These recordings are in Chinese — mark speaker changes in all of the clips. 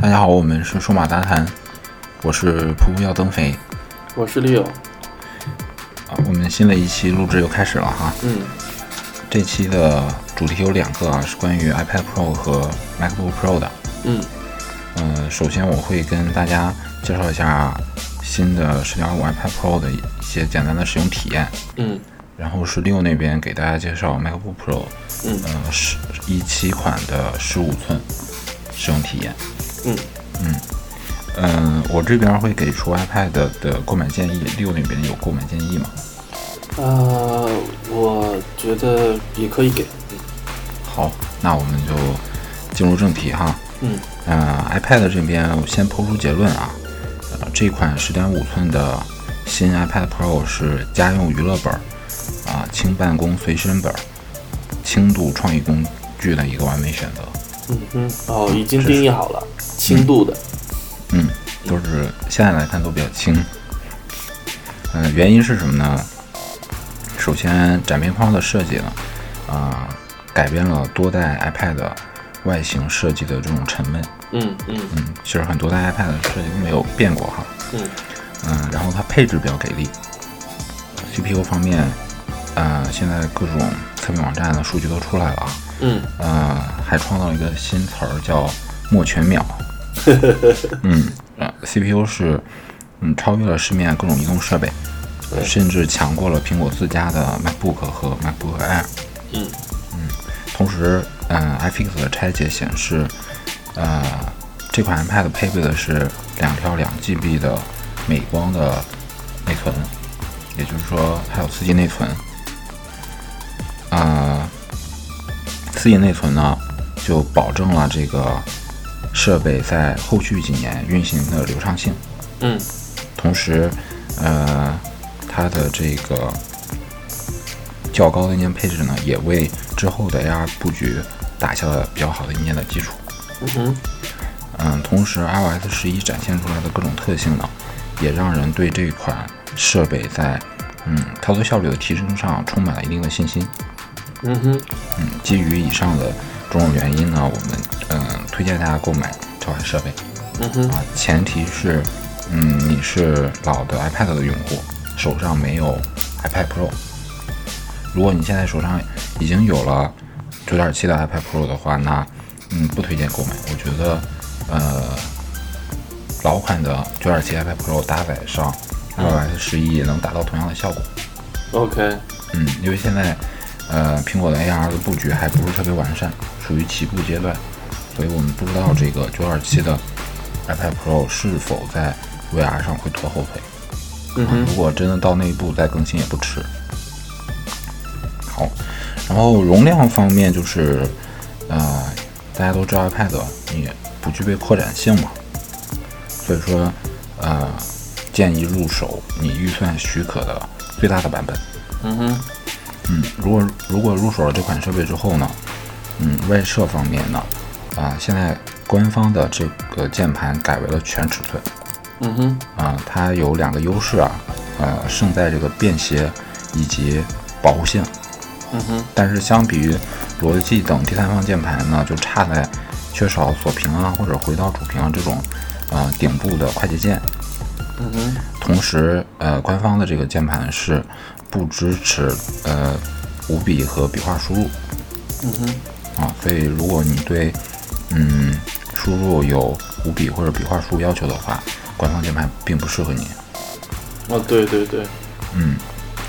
Speaker 1: 大家好，我们是数码杂谈，我是噗噗要增肥
Speaker 2: 我是 Leo，
Speaker 1: 啊。我们新的一期录制又开始了哈。
Speaker 2: 嗯
Speaker 1: 这期的主题有两个啊，是关于 iPad Pro 和 MacBook Pro 的。
Speaker 2: 嗯
Speaker 1: 嗯，首先我会跟大家介绍一下新的十点五 iPad Pro 的一些简单的使用体验，
Speaker 2: 嗯
Speaker 1: 然后是六那边给大家介绍 MacBook Pro，
Speaker 2: 嗯
Speaker 1: 呃十一七款的十五寸使用体验。
Speaker 2: 嗯
Speaker 1: 嗯，我这边会给出 iPad 的的购买建议，六那边有购买建议吗？
Speaker 2: 呃，我觉得也可以给，
Speaker 1: 好，那我们就进入正题哈。
Speaker 2: 嗯
Speaker 1: 呃，iPad 这边我先抛出结论啊，呃，这款十点五寸的新 iPad Pro 是家用娱乐本儿啊、轻办公随身本儿、轻度创意工具的一个完美选择。
Speaker 2: 嗯嗯，哦，已经定义好了，轻度的，
Speaker 1: 嗯，都是现在来看都比较轻。嗯、原因是什么呢？首先，展边框的设计呢，啊、改变了多代 iPad 的外形设计的这种沉闷。
Speaker 2: 嗯嗯
Speaker 1: 嗯，其实很多代 iPad 的设计都没有变过哈。
Speaker 2: 嗯
Speaker 1: 嗯，然后它配置比较给力。CPU 方面，呃，现在各种测评网站的数据都出来了啊。
Speaker 2: 嗯
Speaker 1: 呃，还创造了一个新词儿叫“莫全秒”。嗯，呃，CPU 是嗯超越了市面各种移动设备，
Speaker 2: 对
Speaker 1: 甚至强过了苹果自家的 MacBook 和 MacBook Air。
Speaker 2: 嗯
Speaker 1: 同时，嗯、i f i x 的拆解显示，呃，这款 iPad 配备的是两条两 GB 的美光的内存，也就是说还有四 G 内存。呃，四 G 内存呢，就保证了这个设备在后续几年运行的流畅性。
Speaker 2: 嗯
Speaker 1: 同时，呃，它的这个较高的硬件配置呢，也为之后的 AR 布局打下了比较好的硬件的基础。
Speaker 2: 嗯哼
Speaker 1: 嗯，同时 iOS 十一展现出来的各种特性呢，也让人对这款设备在嗯操作效率的提升上充满了一定的信心。
Speaker 2: 嗯哼，
Speaker 1: 嗯，基于以上的种种原因呢，我们嗯推荐大家购买这款设备
Speaker 2: 嗯哼，
Speaker 1: 啊，前提是嗯你是老的 iPad 的用户，手上没有 iPad Pro。如果你现在手上已经有了9.7的 iPad Pro 的话，那嗯不推荐购买。我觉得呃老款的9.7 iPad Pro 搭载上 iOS 十一也能达到同样的效果。
Speaker 2: ，OK，
Speaker 1: 嗯，因为现在，呃，苹果的 AR 的布局还不是特别完善，属于起步阶段，所以我们不知道这个927的 iPad Pro 是否在 VR 上会拖后腿。嗯
Speaker 2: 嗯哼，
Speaker 1: 如果真的到那一步再更新也不迟。好，然后容量方面就是，呃，大家都知道 iPad 也不具备扩展性嘛，所以说，呃，建议入手你预算许可的最大的版本。
Speaker 2: 嗯哼，
Speaker 1: 嗯，如果如果入手了这款设备之后呢，嗯，外设方面呢，啊、现在官方的这个键盘改为了全尺寸，
Speaker 2: 嗯哼，
Speaker 1: 啊、它有两个优势啊，呃，胜在这个便携以及保护性，
Speaker 2: 嗯哼，
Speaker 1: 但是相比于逻辑等第三方键盘呢，就差在缺少锁屏啊或者回到主屏啊这种，呃，顶部的快捷键，
Speaker 2: 嗯哼，
Speaker 1: 同时，呃，官方的这个键盘是不支持呃五笔和笔画输入
Speaker 2: 嗯哼，
Speaker 1: 啊，所以如果你对嗯输入有五笔或者笔画输入要求的话，官方键盘并不适合你。
Speaker 2: 哦，对对对，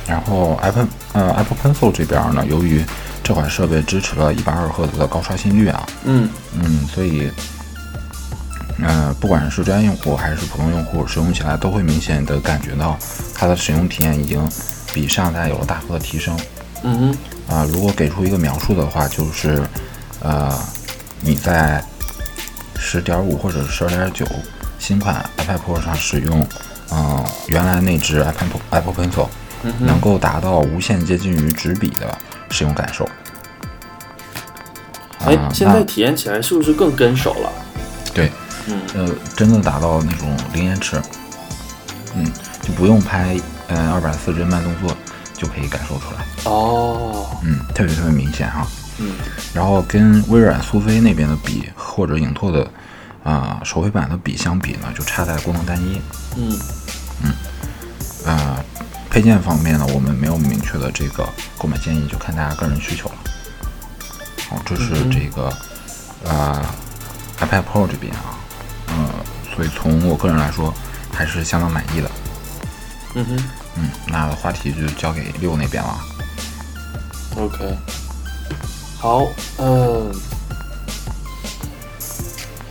Speaker 1: 然后 Apple 呃 Apple Pencil 这边呢，由于这款设备支持了120赫兹的高刷新率啊，
Speaker 2: 嗯
Speaker 1: 嗯，所以，呃，不管是专业用户还是普通用户，使用起来都会明显的感觉到它的使用体验已经比上代有了大幅的提升。
Speaker 2: 嗯哼，
Speaker 1: 啊、如果给出一个描述的话，就是，呃，你在十点五或者十二点九新款 iPad Pro 上使用，嗯、原来那只 iPad Apple Pencil，
Speaker 2: 嗯哼，
Speaker 1: 能够达到无限接近于纸笔的使用感受。
Speaker 2: 哎
Speaker 1: 啊，
Speaker 2: 现
Speaker 1: 那
Speaker 2: 在体验起来是不是更跟手了？
Speaker 1: 对，
Speaker 2: 嗯
Speaker 1: 呃，真的达到那种零延迟，嗯，就不用拍嗯二百四十帧慢动作就可以感受出来，
Speaker 2: 哦，
Speaker 1: 嗯，特别特别明显哈。
Speaker 2: 嗯
Speaker 1: 然后跟微软苏菲那边的比，或者影拓的啊、手绘版的笔相比呢，就差在功能单一。
Speaker 2: 嗯
Speaker 1: 呃，配件方面呢，我们没有明确的这个购买建议，就看大家个人需求了。好、这是
Speaker 2: 嗯哼
Speaker 1: 这个、呃 iPad Pro 这边啊，呃，所以从我个人来说，还是相当满意的。
Speaker 2: 嗯哼
Speaker 1: 嗯，那话题就交给六那边了。
Speaker 2: OK，好，嗯、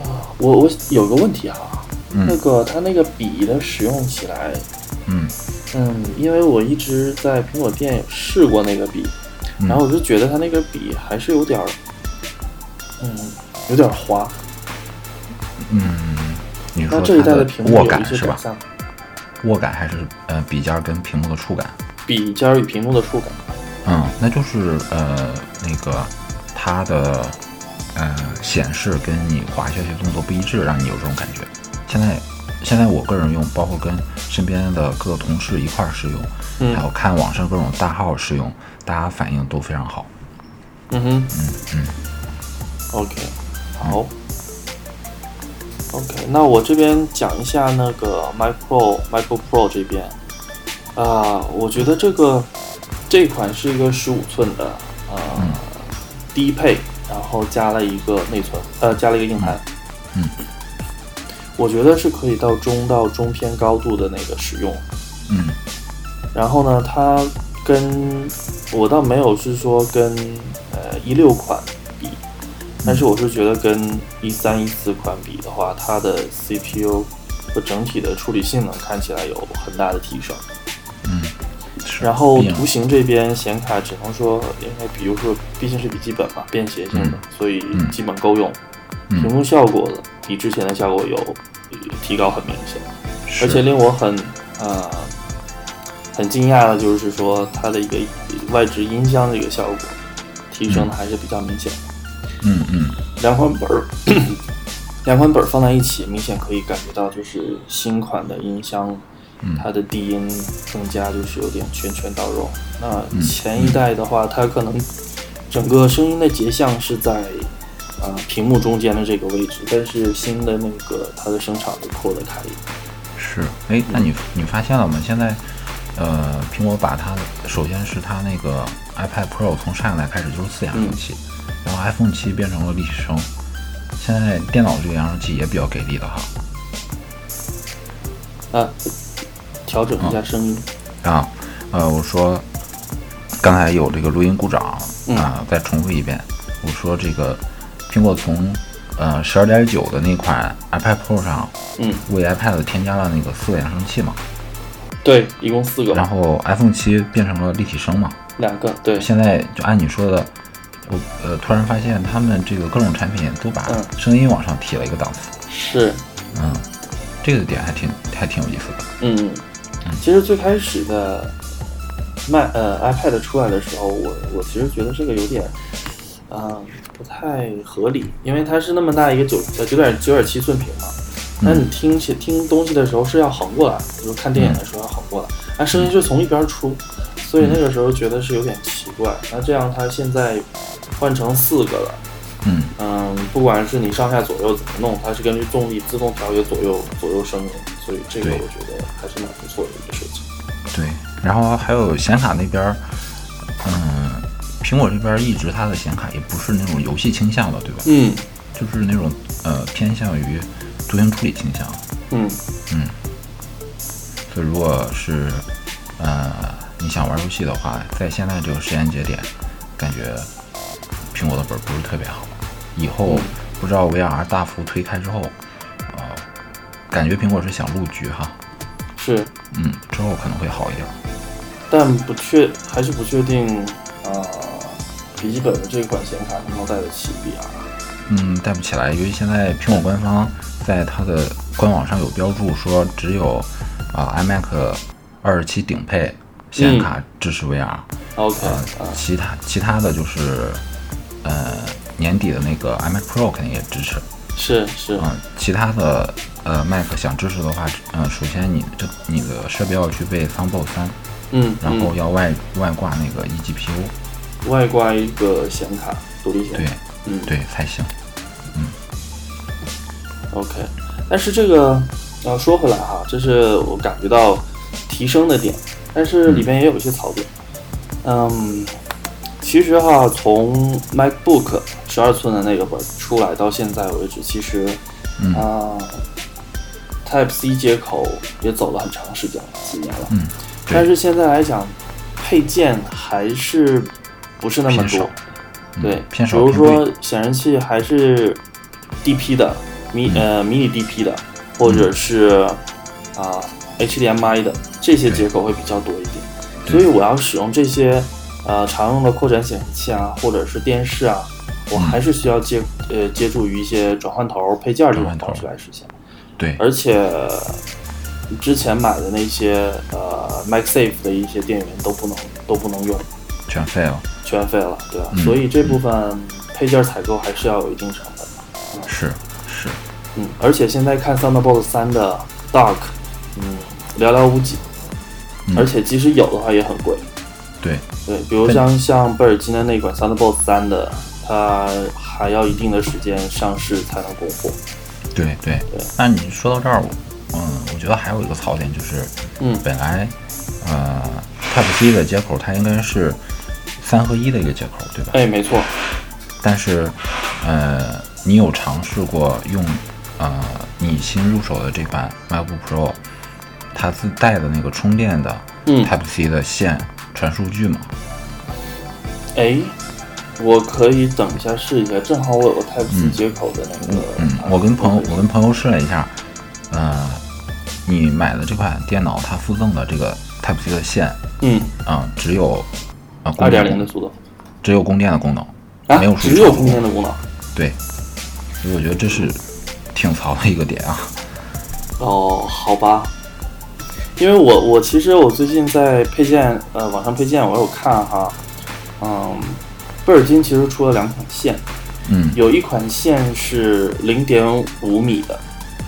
Speaker 2: 啊，我我有个问题哈、
Speaker 1: 嗯
Speaker 2: 那个它那个笔的使用起来，
Speaker 1: 嗯
Speaker 2: 嗯，因为我一直在苹果店有试过那个笔，
Speaker 1: 嗯
Speaker 2: 然后我就觉得它那个笔还是有点儿，嗯，有点儿滑。
Speaker 1: 嗯，你
Speaker 2: 那
Speaker 1: 说
Speaker 2: 这一
Speaker 1: 它
Speaker 2: 代的屏幕
Speaker 1: 握
Speaker 2: 有
Speaker 1: 感
Speaker 2: 一些
Speaker 1: 是
Speaker 2: 改
Speaker 1: 吧？
Speaker 2: 善，
Speaker 1: 握感还是呃笔尖儿跟屏幕的触感？
Speaker 2: 笔尖儿与屏幕的触感。
Speaker 1: 嗯，那就是呃那个它的呃显示跟你滑下去的动作不一致，让你有这种感觉。现在现在我个人用，包括跟身边的各个同事一块儿试用，
Speaker 2: 嗯
Speaker 1: 还有看网上各种大号试用，大家反应都非常好。
Speaker 2: 嗯哼，
Speaker 1: 嗯
Speaker 2: OK，好。OK，那我这边讲一下那个 Mac Pro、Mac Book Pro 这边，啊、我觉得这个这款是一个十五寸的，呃，低配，然后加了一个内存，呃，加了一个硬盘，
Speaker 1: 嗯，
Speaker 2: 我觉得是可以到中到中偏高度的那个使用，
Speaker 1: 嗯
Speaker 2: 然后呢，它跟我倒没有是说跟呃一六款比，但是我是觉得跟一三一四款比的话，它的 CPU 和整体的处理性能看起来有很大的提升。
Speaker 1: 嗯，是
Speaker 2: 然后
Speaker 1: 不一样
Speaker 2: 图形这边显卡只能说，因为比如说毕竟是笔记本嘛，便携性的，所以
Speaker 1: 嗯
Speaker 2: 基本够用。
Speaker 1: 嗯
Speaker 2: 屏幕效果比之前的效果有呃提高很明显。
Speaker 1: 是
Speaker 2: 而且令我很呃很惊讶的就是说它的一个外置音箱的一个效果提升的还是比较明显的。
Speaker 1: 嗯嗯
Speaker 2: 两款本儿， 两款本儿放在一起，明显可以感觉到就是新款的音箱
Speaker 1: 嗯，
Speaker 2: 它的低音更加就是有点拳拳到肉。那
Speaker 1: 嗯
Speaker 2: 前一代的话，它可能整个声音的结像是在。呃，屏幕中间的这个位置，但是新的那个它的声场就扩得开一点。
Speaker 1: 是，哎，那
Speaker 2: 嗯
Speaker 1: 你你发现了吗？现在，呃，苹果把它的首先是它那个 iPad Pro 从上一代开始就是四扬声器，
Speaker 2: 嗯
Speaker 1: 然后 iPhone 七变成了立体声，现在电脑这个扬声器也比较给力了哈。
Speaker 2: 啊，调整一下声音。
Speaker 1: 啊，呃，我说刚才有这个录音故障啊、
Speaker 2: 嗯
Speaker 1: 再重复一遍，我说这个苹果从呃十二点九的那款 iPad Pro 上
Speaker 2: 嗯，
Speaker 1: 为 iPad 添加了那个四个扬声器嘛，
Speaker 2: 对，一共四个
Speaker 1: 然
Speaker 2: 吧，
Speaker 1: 后 iPhone 七变成了立体声嘛。
Speaker 2: 两个，对，
Speaker 1: 现在就按你说的，我呃突然发现他们这个各种产品都把
Speaker 2: 嗯
Speaker 1: 声音往上提了一个档次，
Speaker 2: 是，
Speaker 1: 嗯，这个点还挺还挺有意思的，
Speaker 2: 嗯，其实最开始的卖呃 iPad 出来的时候，我我其实觉得这个有点，啊、不太合理，因为它是那么大一个九呃九点九点七寸屏嘛，那你听起听东西的时候是要横过来，比如看电影的时候要横过来，那声音是从一边出，所以那个时候觉得是有点奇怪。那这样它现在换成四个了。
Speaker 1: 嗯
Speaker 2: 嗯，不管是你上下左右怎么弄，它是根据重力自动调节左右左右声音，所以这个
Speaker 1: 对
Speaker 2: 我觉得还是蛮不错的一个设计。
Speaker 1: 对，然后还有显卡那边儿，嗯，苹果这边儿一直它的显卡也不是那种游戏倾向的，对吧？
Speaker 2: 嗯
Speaker 1: 就是那种呃偏向于图形处理倾向，
Speaker 2: 嗯
Speaker 1: 所以如果是呃你想玩游戏的话，在现在这个时间节点，感觉苹果的本儿不是特别好。以后不知道 VR 大幅推开之后，呃，感觉苹果是想入局哈，
Speaker 2: 是，
Speaker 1: 嗯，之后可能会好一点。
Speaker 2: 但不确还是不确定啊、呃笔记本的这款显卡能不能带得起啊 VR？
Speaker 1: 嗯，带不起来，由于现在苹果官方在它的官网上有标注说，只有啊、iMac 二十七顶配显卡支持 VR，、
Speaker 2: OK 啊、
Speaker 1: 呃，其他其他的就是呃年底的那个 iMac Pro 肯定也支持，
Speaker 2: 是是
Speaker 1: 嗯、其他的呃 Mac 想支持的话，嗯、首先你这你的设备要具备 Thunderbolt 三，
Speaker 2: 嗯，
Speaker 1: 然后
Speaker 2: 嗯
Speaker 1: 要外、外挂那个 eGPU，
Speaker 2: 外挂一个显卡，独立显
Speaker 1: 对
Speaker 2: 卡，嗯
Speaker 1: 对才行。
Speaker 2: OK，但是这个呃说回来哈，这是我感觉到提升的点，但是里面也有一些槽点。嗯，其实哈，从 MacBook 十二寸的那个本儿出来到现在为止，其实
Speaker 1: 嗯
Speaker 2: 啊、Type C 接口也走了很长时间了，几年了。
Speaker 1: 嗯，对
Speaker 2: 但是现在来讲，配件还是不是那么
Speaker 1: 偏
Speaker 2: 多
Speaker 1: 少。嗯
Speaker 2: 对，
Speaker 1: 偏少
Speaker 2: 比如
Speaker 1: 偏贵
Speaker 2: 说显示器还是 DP 的，迷、
Speaker 1: 嗯
Speaker 2: 呃迷你 DP 的，或者是啊、HDMI 的这些
Speaker 1: 对
Speaker 2: 接口会比较多一点。所
Speaker 1: 对
Speaker 2: 以我要使用这些呃常用的扩展显示器啊，或者是电视啊，我
Speaker 1: 嗯
Speaker 2: 还是需要接、呃接触于一些转换头、配件儿这
Speaker 1: 转
Speaker 2: 种
Speaker 1: 换头
Speaker 2: 方式来实现。
Speaker 1: 对，
Speaker 2: 而且之前买的那些呃 MagSafe 的一些电源都不能都不能用，
Speaker 1: 全废了。
Speaker 2: 全废了，对吧、
Speaker 1: 嗯
Speaker 2: 所以这部分配件采购还是要有一定成本的。
Speaker 1: 是是，
Speaker 2: 嗯，而且现在看 Thunderbolt 三的 Dock，嗯，寥寥无几，
Speaker 1: 嗯
Speaker 2: 而且即使有的话也很贵。
Speaker 1: 对，
Speaker 2: 对，比如像像贝尔金的那款 Thunderbolt 三的，它还要一定的时间上市才能供货。
Speaker 1: 对对
Speaker 2: 对。
Speaker 1: 那你说到这儿，我嗯，我觉得还有一个槽点就是，
Speaker 2: 嗯
Speaker 1: 本来呃 Type C 的接口它应该是三合一的一个接口，对吧？
Speaker 2: 哎，没错，
Speaker 1: 但是呃，你有尝试过用呃你新入手的这款 MacBook Pro 它自带的那个充电的
Speaker 2: 嗯
Speaker 1: Type C 的线传数据吗？
Speaker 2: 哎，我可以等一下试一下，正好我有个 Type C 接口的那个。啊
Speaker 1: 嗯，我跟朋友我跟朋友试了一下，呃，你买的这款电脑它附赠的这个 Type C 的线，
Speaker 2: 嗯，
Speaker 1: 啊、只有啊
Speaker 2: 二
Speaker 1: 供
Speaker 2: 点
Speaker 1: 电
Speaker 2: 零的速度
Speaker 1: 只有供电的功能，
Speaker 2: 啊
Speaker 1: 没有，输
Speaker 2: 只
Speaker 1: 出
Speaker 2: 有空间的功能。
Speaker 1: 对，所以我觉得这是挺槽的一个点啊。
Speaker 2: 哦，好吧，因为我我其实我最近在配件呃网上配件我有看哈，嗯，贝尔金其实出了两款线，
Speaker 1: 嗯
Speaker 2: 有一款线是零点五米的，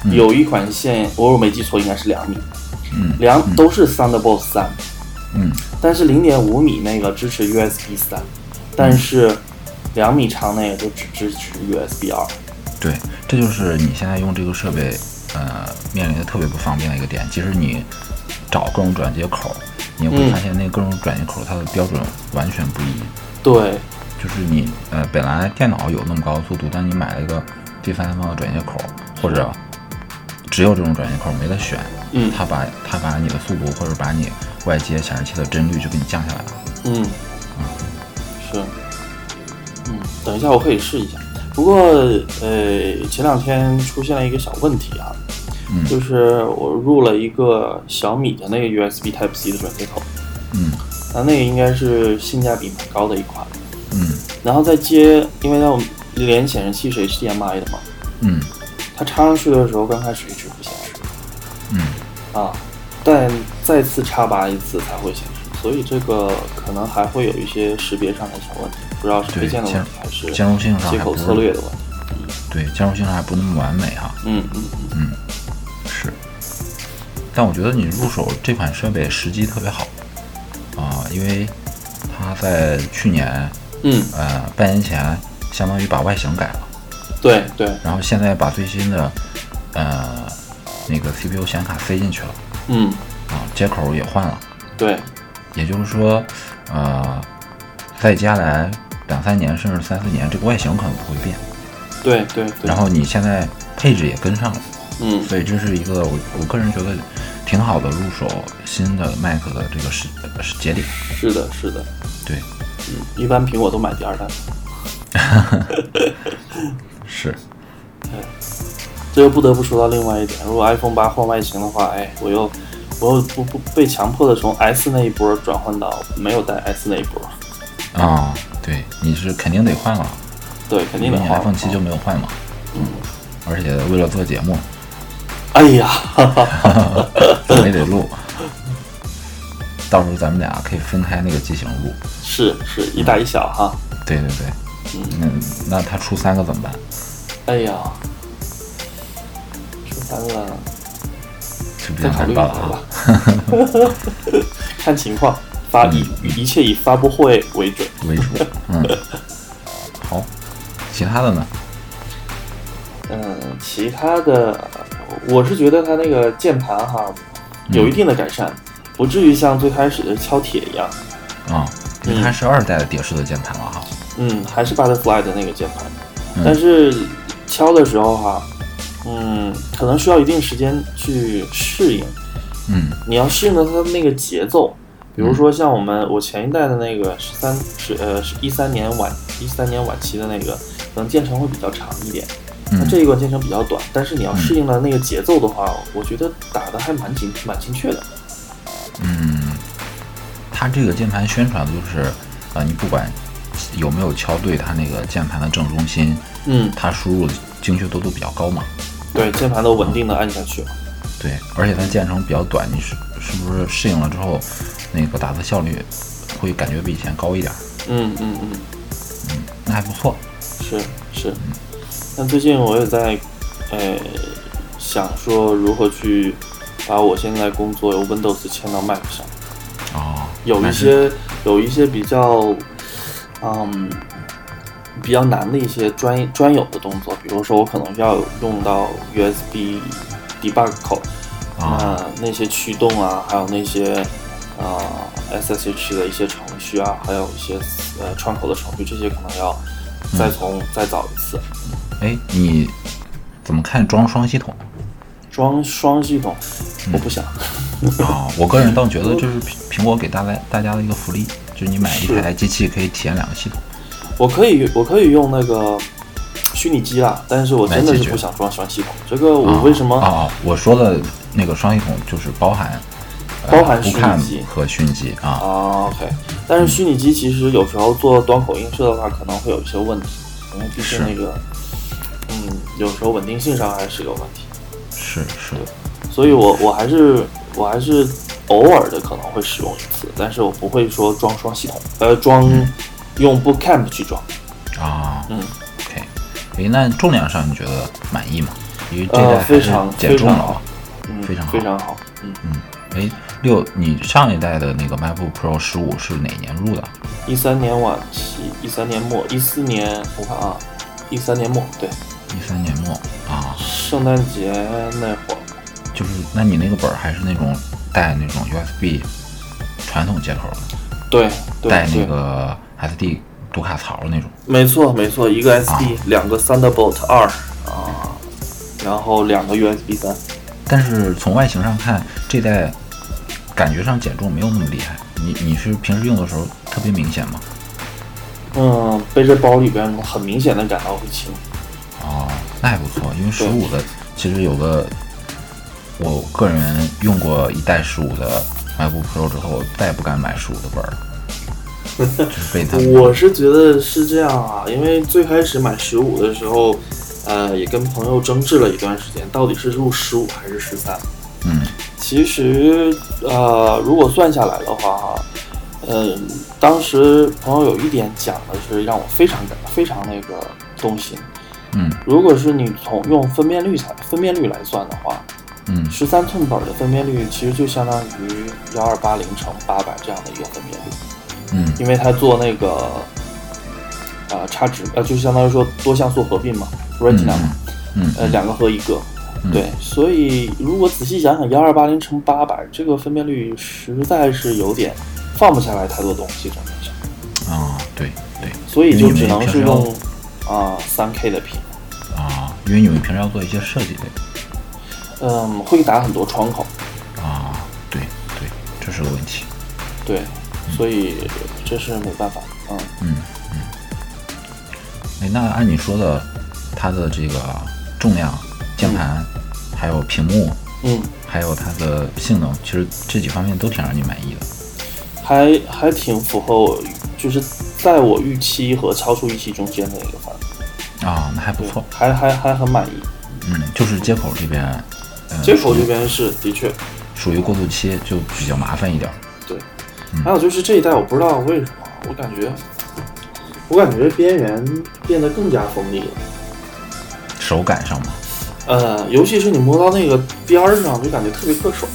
Speaker 1: 嗯
Speaker 2: 有一款线我如果没记错应该是两米，
Speaker 1: 嗯
Speaker 2: 两都是 Thunderbolt 三，
Speaker 1: 嗯，
Speaker 2: 但是零点五米那个支持 USB 三，但
Speaker 1: 嗯
Speaker 2: 是两米长那个就只支持 USB 二。
Speaker 1: 对，这就是你现在用这个设备，呃，面临的特别不方便的一个点。即使你找各种转接口，你会
Speaker 2: 嗯
Speaker 1: 发现那各种转接口它的标准完全不一。
Speaker 2: 对，
Speaker 1: 就是你呃本来电脑有那么高的速度，但你买了一个第三方的转接口，或者只有这种转接口没得选，
Speaker 2: 嗯
Speaker 1: 它把它把你的速度或者把你外接显示器的帧率就给你降下来了。
Speaker 2: 嗯，是，嗯，等一下我可以试一下。不过，呃，前两天出现了一个小问题啊，
Speaker 1: 嗯
Speaker 2: 就是我入了一个小米的那个 USB Type C 的转接口，
Speaker 1: 嗯
Speaker 2: 那那个应该是性价比蛮高的一款，
Speaker 1: 嗯
Speaker 2: 然后再接，因为要连显示器是 HDMI 的嘛，
Speaker 1: 嗯
Speaker 2: 它插上去的时候刚开始一直不显示
Speaker 1: 嗯，
Speaker 2: 啊，但再次插拔一次才会显示，所以这个可能还会有一些识别上的小问题，不知道是
Speaker 1: 对
Speaker 2: 推荐的
Speaker 1: 兼
Speaker 2: 问题还是
Speaker 1: 兼容性上
Speaker 2: 接
Speaker 1: 还
Speaker 2: 口
Speaker 1: 不
Speaker 2: 策
Speaker 1: 是
Speaker 2: 略的问题。
Speaker 1: 对兼容性上还不那么完美哈、
Speaker 2: 嗯嗯嗯，
Speaker 1: 是，但我觉得你入手这款设备时机特别好啊、因为它在去年
Speaker 2: 嗯，
Speaker 1: 呃半年前相当于把外形改了。
Speaker 2: 对对，
Speaker 1: 然后现在把最新的呃那个 CPU 显卡塞进去了
Speaker 2: 嗯
Speaker 1: 啊，接口也换了，
Speaker 2: 对，
Speaker 1: 也就是说，呃，再接下来两三年甚至三四年，这个外形可能不会变。
Speaker 2: 对对对，
Speaker 1: 然后你现在配置也跟上了，
Speaker 2: 嗯
Speaker 1: 所以这是一个我我个人觉得挺好的入手新的 Mac 的这个时呃时节点。
Speaker 2: 是的是的，
Speaker 1: 对，
Speaker 2: 嗯，一般苹果都买第二代，
Speaker 1: 是，
Speaker 2: 这又不得不说到另外一点，如果 iPhone 八换外形的话，哎，我又我又不不被强迫的从 S 那一波转换到没有带 S 那一波，
Speaker 1: 啊、对，你是肯定得换了，
Speaker 2: 对，肯
Speaker 1: 因
Speaker 2: 定
Speaker 1: 为
Speaker 2: 得
Speaker 1: 你
Speaker 2: 换。
Speaker 1: iPhone 七就没有换嘛。嗯，而且为了做节目，
Speaker 2: 哎呀， 哈哈哈
Speaker 1: 咱们也得录。到时候咱们俩可以分开那个机型录。
Speaker 2: 是是一大一小哈，
Speaker 1: 对对对，嗯，那他出三个怎么办？
Speaker 2: 哎呀，这三个
Speaker 1: 就比
Speaker 2: 再
Speaker 1: 较
Speaker 2: 考
Speaker 1: 难
Speaker 2: 虑一
Speaker 1: 办
Speaker 2: 下
Speaker 1: 了啊
Speaker 2: 吧。， 看情况发
Speaker 1: 嗯
Speaker 2: 以一切以发布会为准。
Speaker 1: 为主，嗯，好，其他的呢？
Speaker 2: 嗯，其他的，我是觉得它那个键盘哈
Speaker 1: 嗯
Speaker 2: 有一定的改善，不至于像最开始的敲铁一样。
Speaker 1: 啊、因为它是二代的蝶式的键盘了哈。
Speaker 2: 嗯，还是 Butterfly 的那个键盘，
Speaker 1: 嗯
Speaker 2: 但是敲的时候哈，嗯，可能需要一定时间去适应。
Speaker 1: 嗯
Speaker 2: 你要适应的它的那个节奏，比如说像我们我前一代的那个十三是呃是一三年晚一三年晚期的那个，可能键程会比较长一点。那
Speaker 1: 嗯，
Speaker 2: 这一关键程比较短，但是你要适应了那个节奏的话，我觉得打的还蛮精蛮精确的。
Speaker 1: 嗯，它这个键盘宣传就是，呃，你不管有没有敲对它那个键盘的正中心，
Speaker 2: 嗯，
Speaker 1: 它输入的精确度都比较高嘛。
Speaker 2: 对，键盘都稳定的按下去了。
Speaker 1: 对，而且它键程比较短，你是是不是适应了之后，那个打字效率会感觉比以前高一点儿？
Speaker 2: 嗯嗯嗯，
Speaker 1: 那还不错。
Speaker 2: 是是。但最近我也在，呃，想说如何去把我现在工作由 Windows 迁到 Mac 上。
Speaker 1: 哦，
Speaker 2: 有一
Speaker 1: 但是
Speaker 2: 些有一些比较，嗯，比较难的一些专专有的动作，比如说我可能要用到 USB debug 口，
Speaker 1: 啊，
Speaker 2: 那那些驱动啊，还有那些啊、呃 SSH 的一些程序啊，还有一些呃窗口的程序，这些可能要
Speaker 1: 嗯
Speaker 2: 再从、再找一次。
Speaker 1: 哎，你怎么看装双系统？
Speaker 2: 装双系统，
Speaker 1: 嗯
Speaker 2: 我不想。
Speaker 1: 啊、我个人倒觉得这是苹苹果给大家大家的一个福利，就是你买一
Speaker 2: 是
Speaker 1: 台机器可以体验两个系统。
Speaker 2: 我可以我可以用那个虚拟机啦，但是我真的
Speaker 1: 来解
Speaker 2: 是
Speaker 1: 决
Speaker 2: 不想装双系统。这个
Speaker 1: 啊
Speaker 2: 我为什么、
Speaker 1: 啊、啊我说的那个双系统就是包含呃
Speaker 2: 包含
Speaker 1: 不
Speaker 2: 虚拟
Speaker 1: 看
Speaker 2: 机
Speaker 1: 和虚拟机啊
Speaker 2: 啊，OK，但是虚拟机其实有时候做端口映射的话，可能会有一些问题，因为毕竟
Speaker 1: 是
Speaker 2: 那个，嗯，有时候稳定性上还是有问题，
Speaker 1: 是是
Speaker 2: 所以我我还是我还是偶尔的可能会使用一次，但是我不会说装双系统，呃，装
Speaker 1: 嗯
Speaker 2: 用 Bootcamp 去装，
Speaker 1: 啊、
Speaker 2: 嗯，
Speaker 1: OK，哎，那重量上你觉得满意吗？因为这
Speaker 2: 呃
Speaker 1: 代还
Speaker 2: 非
Speaker 1: 是
Speaker 2: 常
Speaker 1: 减
Speaker 2: 非
Speaker 1: 重
Speaker 2: 常
Speaker 1: 了
Speaker 2: 好
Speaker 1: 啊。
Speaker 2: 嗯，
Speaker 1: 非常好
Speaker 2: 非常好，嗯，
Speaker 1: 嗯，哎，六，你上一代的那个 MacBook Pro 十五是哪年入的？
Speaker 2: 一三年晚期，一三年末，一四年我看啊，一三年末，对，
Speaker 1: 一三年末啊，
Speaker 2: 圣诞节那会儿，
Speaker 1: 就是那你那个本儿还是那种带那种 USB 传统接口的。
Speaker 2: 对对
Speaker 1: 带
Speaker 2: 对
Speaker 1: 那。个 SD 读卡槽那种。
Speaker 2: 没错，没错，一个 SD，、两个 Thunderbolt 二啊，然后两个 USB 三。
Speaker 1: 但是从外形上看，这代感觉上减重没有那么厉害。你你是平时用的时候特别明显吗？
Speaker 2: 嗯，背着包里边很明显的感到会轻。
Speaker 1: 哦，那还不错，因为十五的其实有个，我个人用过一代十五的 MacBook Pro 之后，我再也不敢买十五的本儿 了，就是被它
Speaker 2: 我是觉得是这样啊，因为最开始买十五的时候，呃，也跟朋友争执了一段时间，到底是入十五还是十三。
Speaker 1: 嗯
Speaker 2: 其实，呃，如果算下来的话，哈，嗯，当时朋友有一点讲的是让我非常感非常那个动心。
Speaker 1: 嗯
Speaker 2: 如果是你从用分辨率才分辨率来算的话，
Speaker 1: 嗯
Speaker 2: 十三寸本儿的分辨率其实就相当于幺二八零乘八百这样的一个分辨率，
Speaker 1: 嗯
Speaker 2: 因为它做那个呃差值呃，就相当于说多像素合并嘛，retina 嘛，
Speaker 1: 嗯
Speaker 2: 呃两个合一个。
Speaker 1: 嗯
Speaker 2: 对，所以如果仔细想想，幺二八零乘八百这个分辨率实在是有点放不下来太多东西，整体上，
Speaker 1: 啊、对对
Speaker 2: 所以就
Speaker 1: 因
Speaker 2: 只
Speaker 1: 为
Speaker 2: 能
Speaker 1: 你
Speaker 2: 是
Speaker 1: 平常
Speaker 2: 用啊三 K 的屏，
Speaker 1: 啊、因为你们平时要做一些设计类的。
Speaker 2: 嗯，会打很多窗口，
Speaker 1: 啊，对对，这是个问题。
Speaker 2: 对，所以这是没办法，嗯。
Speaker 1: 嗯嗯。哎，那按你说的，它的这个重量、键盘，还有屏幕，
Speaker 2: 嗯，
Speaker 1: 还有它的性能，其实这几方面都挺让你满意的。
Speaker 2: 还还挺符合我预，就是在我预期和超出预期中间的一个范围，
Speaker 1: 啊，那还不
Speaker 2: 对
Speaker 1: 错。
Speaker 2: 还还还很满意。
Speaker 1: 嗯，就是接口这边，嗯、
Speaker 2: 接口这边是的确，
Speaker 1: 属于过渡期，就比较麻烦一点儿。
Speaker 2: 对。
Speaker 1: 嗯
Speaker 2: 还有就是这一代，我不知道为什么，我感觉，我感觉边缘变得更加锋利了。
Speaker 1: 手感上嘛，
Speaker 2: 呃，尤其是你摸到那个边儿上，就感觉特别硌手，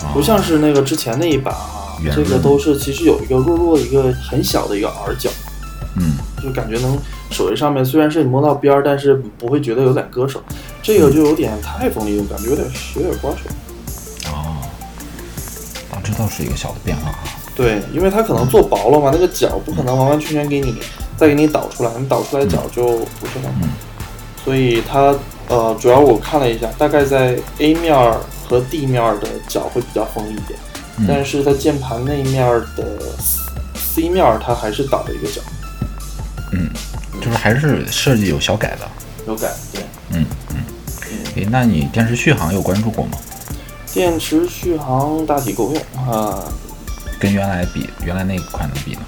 Speaker 1: 啊
Speaker 2: 不像是那个之前那一版啊，
Speaker 1: 圆
Speaker 2: 这个
Speaker 1: 润
Speaker 2: 都是其实有一个弱弱的一个很小的一个 R 角，
Speaker 1: 嗯
Speaker 2: 就感觉能手在上面，虽然是你摸到边儿，但是不会觉得有点割手。这个就有点太锋利，感觉有点有点刮手。
Speaker 1: 哦，啊，这倒是一个小的变化啊。
Speaker 2: 对，因为它可能做薄了嘛，那个角不可能完完全全给你再给你导出来，你导出来角就不是
Speaker 1: 嗯
Speaker 2: 了。所以它呃，主要我看了一下，大概在 A 面儿和 D 面儿的角会比较锋利一点，
Speaker 1: 嗯
Speaker 2: 但是在键盘那一面儿的 C 面儿它还是导了一个角，
Speaker 1: 嗯，就是还是设计有小改的。
Speaker 2: 有改对。
Speaker 1: 嗯嗯。诶，那你电视续航有关注过吗？
Speaker 2: 电池续航大体够用啊，
Speaker 1: 跟原来比，原来那款能比呢？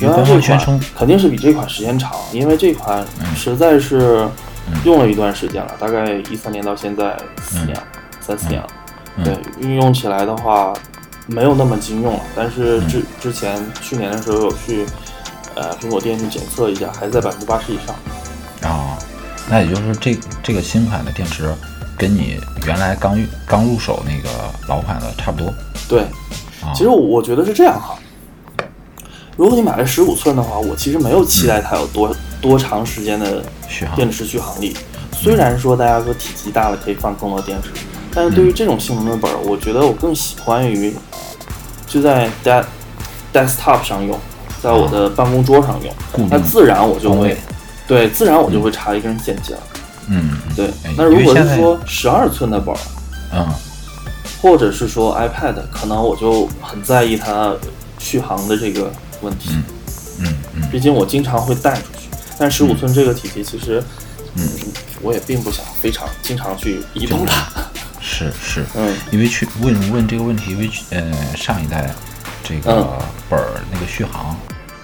Speaker 1: 因
Speaker 2: 原
Speaker 1: 为
Speaker 2: 来
Speaker 1: 官
Speaker 2: 这
Speaker 1: 方宣称
Speaker 2: 款，肯定是比这款时间长，因为这款
Speaker 1: 嗯
Speaker 2: 实在是
Speaker 1: 嗯
Speaker 2: 用了一段时间了，大概一三年到现在四年了，三四年了。
Speaker 1: 嗯
Speaker 2: 对，运用起来的话没有那么经用了，但是
Speaker 1: 嗯
Speaker 2: 之之前去年的时候有去呃苹果店去检测一下，还在百分之八十以上。
Speaker 1: 啊、那也就是说这这个新款的电池，跟你原来刚入刚入手那个老款的差不多。
Speaker 2: 对，
Speaker 1: 啊、
Speaker 2: 其实我我觉得是这样哈。如果你买了十五寸的话，我其实没有期待它有多、多长时间的
Speaker 1: 续航
Speaker 2: 电池续航力。虽然说大家说体积大了可以放更多电池，但是对
Speaker 1: 嗯
Speaker 2: 于这种性能的本儿，我觉得我更喜欢于就在 de desktop 上用，在我
Speaker 1: 啊
Speaker 2: 的办公桌上
Speaker 1: 固定，
Speaker 2: 用那自然我就
Speaker 1: 方
Speaker 2: 会
Speaker 1: 位，
Speaker 2: 对，自然我就会插一根线接了。
Speaker 1: 嗯嗯
Speaker 2: 对
Speaker 1: 哎，
Speaker 2: 那
Speaker 1: 因
Speaker 2: 如
Speaker 1: 为
Speaker 2: 果
Speaker 1: 现
Speaker 2: 是
Speaker 1: 在
Speaker 2: 说十二寸的本儿，
Speaker 1: 嗯
Speaker 2: 或者是说 iPad，可能我就很在意它续航的这个问题。
Speaker 1: 嗯嗯
Speaker 2: 毕竟我经常会带出去。但十五寸这个体积，其实，嗯，我也并不想非常经常去移动它。
Speaker 1: 是是，
Speaker 2: 嗯，
Speaker 1: 因为去问问这个问题，因为去呃上一代这个
Speaker 2: 嗯
Speaker 1: 本儿那个续航，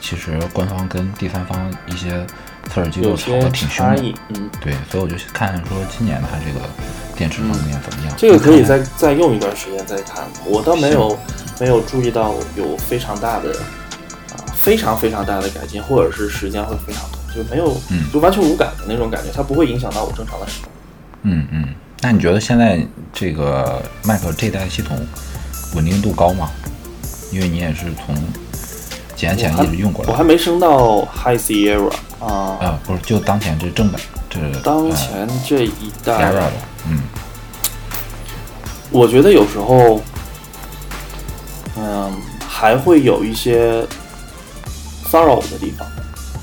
Speaker 1: 其实官方跟第三方一些测试机构
Speaker 2: 有
Speaker 1: 吵
Speaker 2: 些
Speaker 1: 得挺凶
Speaker 2: 差
Speaker 1: 的
Speaker 2: 异，，嗯，
Speaker 1: 对，所以我就去看说今年它这个电池方面怎么样。
Speaker 2: 这个可以
Speaker 1: 看看
Speaker 2: 再再用一段时间再看。我倒没有没有注意到有非常大的啊、非常非常大的改进，或者是时间会非常短，就没有，
Speaker 1: 嗯
Speaker 2: 就完全无感的那种感觉，它不会影响到我正常的使用。
Speaker 1: 嗯嗯，那你觉得现在这个 Mac 这代系统稳定度高吗？因为你也是从几年前
Speaker 2: 我还
Speaker 1: 一直用过
Speaker 2: 我
Speaker 1: 来
Speaker 2: 还没升到 High Sierra 啊、
Speaker 1: 啊，不是就当前这正版这
Speaker 2: 当前这一
Speaker 1: 呃
Speaker 2: 代
Speaker 1: Sierra 的，嗯
Speaker 2: 我觉得有时候，嗯，还会有一些骚扰我的地方。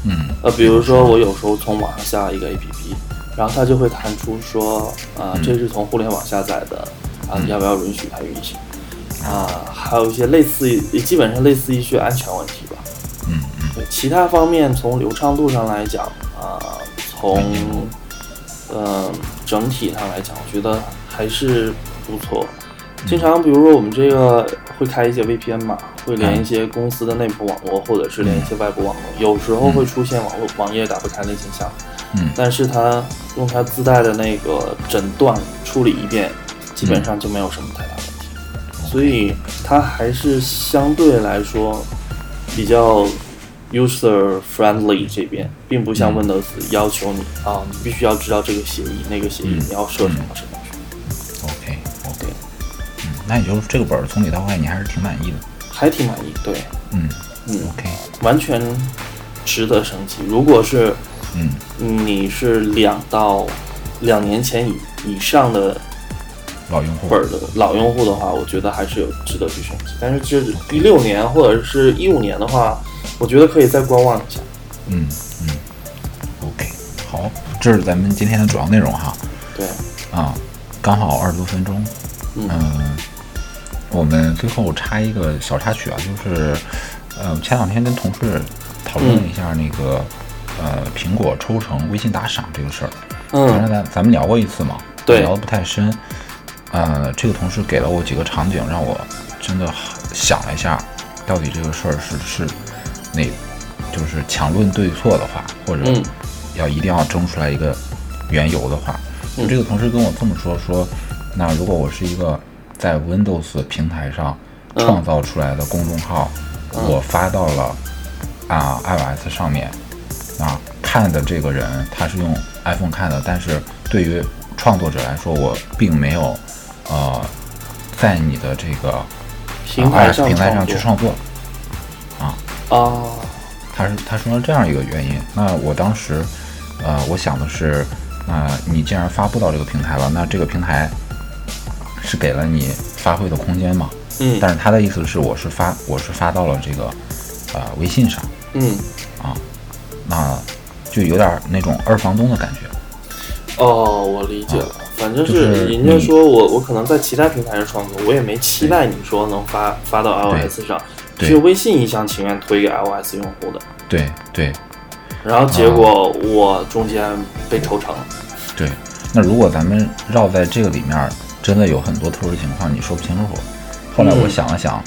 Speaker 1: 嗯
Speaker 2: 呃，比如说我有时候从网上下一个 APP，然后它就会弹出说，啊、这是从互联网下载的，啊、要不要允许它运行？啊、还有一些类似于，基本上类似于一些安全问题吧。
Speaker 1: 嗯嗯
Speaker 2: 对，其他方面从流畅度上来讲，啊、从呃整体上来讲，我觉得还是不错。
Speaker 1: 嗯
Speaker 2: 经常比如说我们这个会开一些 VPN 嘛，会连
Speaker 1: 嗯
Speaker 2: 一些公司的内部网络，或者是连一些外部网络，有时候会出现网络网页打不开的现象。
Speaker 1: 嗯
Speaker 2: 但是它用它自带的那个诊断处理一遍，基
Speaker 1: 嗯
Speaker 2: 本上就没有什么太大问题。所以它还是相对来说比较 user friendly 这边，并不像 Windows 要求你
Speaker 1: 嗯
Speaker 2: 啊，你必须要知道这个协议、那个协议，你要设什么什么什么，
Speaker 1: ，OK OK，
Speaker 2: 对
Speaker 1: 嗯，那也就是这个本儿从里到外你还是挺满意的，
Speaker 2: 还挺满意。对，
Speaker 1: 嗯
Speaker 2: 嗯，
Speaker 1: ，OK，
Speaker 2: 完全值得升级。如果是
Speaker 1: 嗯
Speaker 2: 你是两到两年前以以上的
Speaker 1: 老用户
Speaker 2: 本儿的老用户的话，我觉得还是有值得去升级。但是这一六年或者是一五年的话，我觉得可以再观望一下。
Speaker 1: 嗯嗯，OK，好，这是咱们今天的主要内容哈。
Speaker 2: 对，
Speaker 1: 啊，刚好二十多分钟。
Speaker 2: 嗯
Speaker 1: 我们最后插一个小插曲啊，就是，呃，前两天跟同事讨论了
Speaker 2: 嗯
Speaker 1: 一下那个，呃，苹果抽成微信打赏这个事儿。反
Speaker 2: 嗯
Speaker 1: 正咱咱们聊过一次嘛，
Speaker 2: 对
Speaker 1: 聊的不太深。呃，这个同事给了我几个场景，让我真的想了一下，到底这个事儿是是哪，就是强论对错的话，或者
Speaker 2: 嗯
Speaker 1: 要一定要争出来一个缘由的话，
Speaker 2: 嗯
Speaker 1: 这个同事跟我这么说说，那如果我是一个在 Windows 平台上
Speaker 2: 嗯
Speaker 1: 创造出来的公众号，
Speaker 2: 嗯
Speaker 1: 我发到了啊、iOS 上面，啊，看的这个人他是用 iPhone 看的，但是对于创作者来说，我并没有呃在你的这个呃
Speaker 2: 平台
Speaker 1: iOS
Speaker 2: 上
Speaker 1: 平台上去
Speaker 2: 作
Speaker 1: 创作。
Speaker 2: 啊，
Speaker 1: 他是他说了这样一个原因。那我当时，呃，我想的是，那你既然发布到这个平台了，那这个平台是给了你发挥的空间嘛？
Speaker 2: 嗯
Speaker 1: 但是他的意思是，我是发我是发到了这个呃微信上，
Speaker 2: 嗯，
Speaker 1: 那就有点那种二房东的感觉。
Speaker 2: 哦，我理解了。反正
Speaker 1: 啊就是
Speaker 2: 是人家
Speaker 1: 你
Speaker 2: 说我我可能在其他平台上创作，我也没期待你说能发发到 iOS 上，
Speaker 1: 对
Speaker 2: 是微信一厢情愿推给 iOS 用户的。
Speaker 1: 对对
Speaker 2: 然后
Speaker 1: 啊
Speaker 2: 结果我中间被抽成，
Speaker 1: 对，那如果咱们绕在这个里面儿，真的有很多特殊情况，你说不清楚。后来我
Speaker 2: 嗯
Speaker 1: 想了想，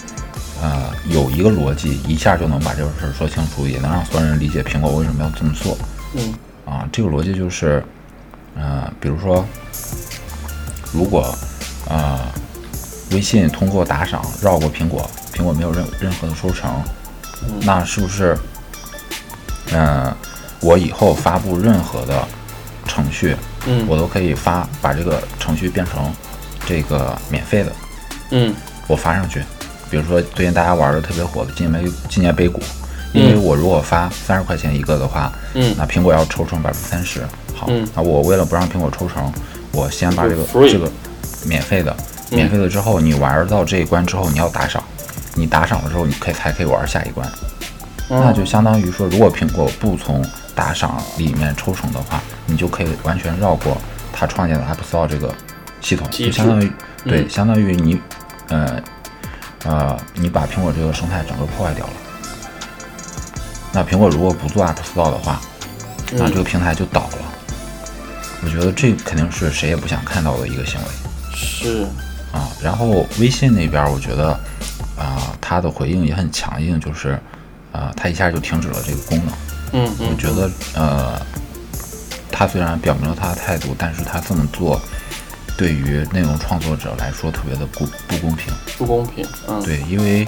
Speaker 1: 呃，有一个逻辑，一下就能把这个事儿说清楚，也能让所有人理解苹果为什么要这么做
Speaker 2: 嗯
Speaker 1: 啊。这个逻辑就是，呃，比如说，如果呃微信通过打赏绕过苹果，苹果没有任任何的收成，
Speaker 2: 嗯
Speaker 1: 那是不是，嗯，我以后发布任何的程序，
Speaker 2: 嗯
Speaker 1: 我都可以发，把这个程序变成这个免费的，
Speaker 2: 嗯
Speaker 1: 我发上去。比如说最近大家玩的特别火的纪念碑纪念碑谷，因为
Speaker 2: 嗯
Speaker 1: 我如果发三十块钱一个的话，
Speaker 2: 嗯
Speaker 1: 那苹果要抽成百分之三十。好
Speaker 2: 嗯，
Speaker 1: 那我为了不让苹果抽成，我先把这个
Speaker 2: 就是 free
Speaker 1: 这个免费的，
Speaker 2: 嗯
Speaker 1: 免费的之后你玩到这一关之后你要打赏，你打赏了之后你可以才可以玩下一关。
Speaker 2: 嗯，
Speaker 1: 那就相当于说，如果苹果不从打赏里面抽成的话，你就可以完全绕过它创建的 App Store 这个系统，
Speaker 2: 机
Speaker 1: 就
Speaker 2: 制
Speaker 1: 相当于
Speaker 2: 嗯
Speaker 1: 对，相当于你呃呃，你把苹果这个生态整个破坏掉了。那苹果如果不做 App Store 的话，那
Speaker 2: 嗯
Speaker 1: 这个平台就倒了。我觉得这肯定是谁也不想看到的一个行为。
Speaker 2: 是
Speaker 1: 啊，然后微信那边儿，我觉得啊、他的回应也很强硬，就是啊、他一下就停止了这个功能。
Speaker 2: 嗯嗯，
Speaker 1: 我觉得呃，他虽然表明了他的态度，但是他这么做对于内容创作者来说特别的不不公平。
Speaker 2: 不公平，嗯
Speaker 1: 对，因为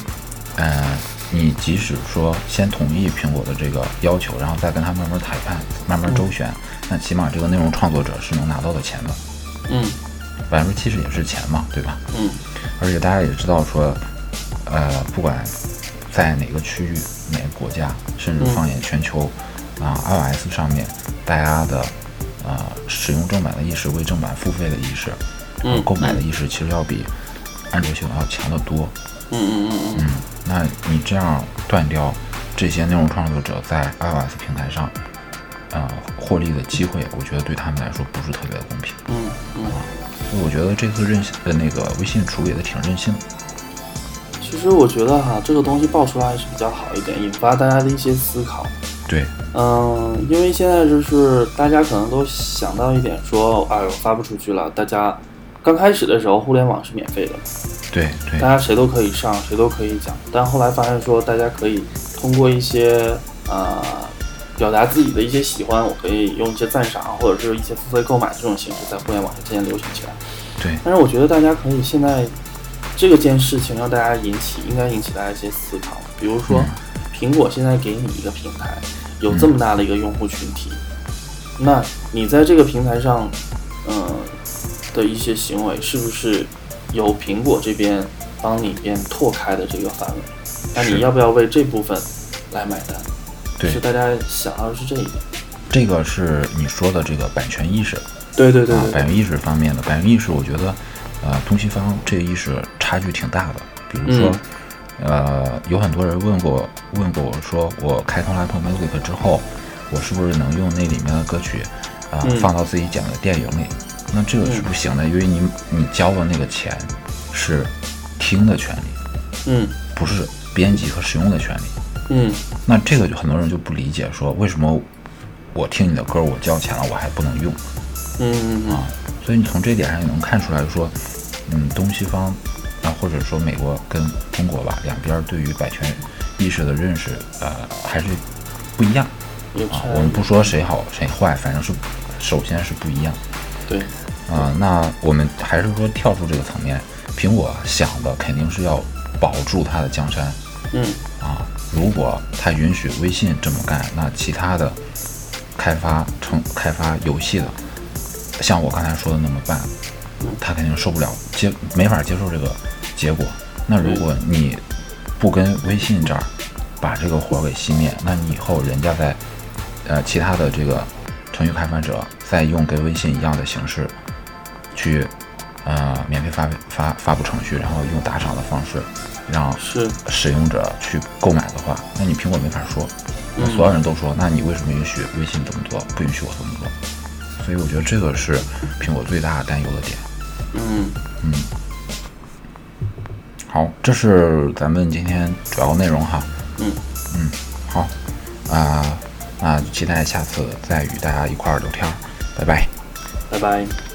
Speaker 1: 嗯、呃你即使说先同意苹果的这个要求，然后再跟他慢慢谈判、慢慢周旋，那起码这个内容创作者是能拿到的钱的，
Speaker 2: 嗯
Speaker 1: 百分之七十也是钱嘛，对吧？
Speaker 2: 嗯
Speaker 1: 而且大家也知道说，呃，不管在哪个区域、哪个国家，甚至
Speaker 2: 嗯
Speaker 1: 放眼全球，啊、iOS 上面大家的呃使用正版的意识、为正版付费的意识、
Speaker 2: 嗯
Speaker 1: 购买的意识，其实要比安卓系统要强得多。
Speaker 2: 嗯嗯嗯嗯，
Speaker 1: 那你这样断掉这些内容创作者在 iOS 平台上，呃，获利的机会，我觉得对他们来说不是特别的公平。
Speaker 2: 嗯嗯。
Speaker 1: 所以我觉得这次任性的那个微信处理的挺任性的。
Speaker 2: 其实我觉得哈，这个东西爆出来还是比较好一点，引发大家的一些思考。
Speaker 1: 对，
Speaker 2: 嗯，因为现在就是大家可能都想到一点说，哎呦发不出去了。大家刚开始的时候，互联网是免费的，
Speaker 1: 对，对
Speaker 2: 大。家谁都可以上，谁都可以讲。但后来发现说，大家可以通过一些呃表达自己的一些喜欢，我可以用一些赞赏或者是一些付费购买这种形式，在互联网上渐渐流行起来。
Speaker 1: 对
Speaker 2: 但是我觉得大家可以现在这个件事情让大家引起，应该引起大家一些思考。比如
Speaker 1: 嗯
Speaker 2: 说，苹果现在给你一个平台，有这么大的一个用户群体，
Speaker 1: 嗯
Speaker 2: 那你在这个平台上，嗯、的一些行为，是不是由苹果这边帮你边拓开的这个范围？那
Speaker 1: 是
Speaker 2: 你要不要为这部分来买单？
Speaker 1: 对
Speaker 2: 是大家想到的是这一点。
Speaker 1: 这个是你说的这个版权意识
Speaker 2: 对对对
Speaker 1: 啊，
Speaker 2: 对
Speaker 1: 版权意识方面的版权意识，我觉得呃东西方这个意识差距挺大的。比如
Speaker 2: 嗯
Speaker 1: 说，呃，有很多人问过问过我说，我开通了 Apple Music 之后，我是不是能用那里面的歌曲啊、
Speaker 2: 嗯
Speaker 1: 放到自己讲的电影里？那这个是不行的，因为你你交的那个钱是听的权利，
Speaker 2: 嗯
Speaker 1: 不是编辑和使用的权利。
Speaker 2: 嗯
Speaker 1: 那这个就很多人就不理解，说为什么我听你的歌，我交钱了，我还不能用？啊
Speaker 2: 嗯嗯嗯
Speaker 1: 所以你从这点上也能看出来说，嗯，东西方啊，或者说美国跟中国吧，两边对于版权意识的认识，呃，还是不一样
Speaker 2: 嗯，有
Speaker 1: 啊
Speaker 2: 差。
Speaker 1: 我们
Speaker 2: 异。
Speaker 1: 不说谁好谁坏，反正是首先是不一样
Speaker 2: 对，
Speaker 1: 啊、那我们还是说跳出这个层面，苹果想的肯定是要保住它的江山，
Speaker 2: 嗯
Speaker 1: 啊，如果他允许微信这么干，那其他的开发成开发游戏的，像我刚才说的那么办，他肯定受不了，接没法接受这个结果。那如果你不跟微信这儿把这个火给熄灭，那你以后人家在呃其他的这个程序开发者再用跟微信一样的形式去呃免费发发发布程序，然后用打赏的方式让
Speaker 2: 是
Speaker 1: 使用者去购买的话，那你苹果没法说，那所有人都说，那你为什么允许微信这么做，不允许我这么做？所以我觉得这个是苹果最大担忧的点。
Speaker 2: 嗯，
Speaker 1: 好，这是咱们今天主要内容哈。
Speaker 2: 嗯
Speaker 1: 嗯，好啊、那期待下次再与大家一块儿聊天儿，拜拜。
Speaker 2: 拜拜。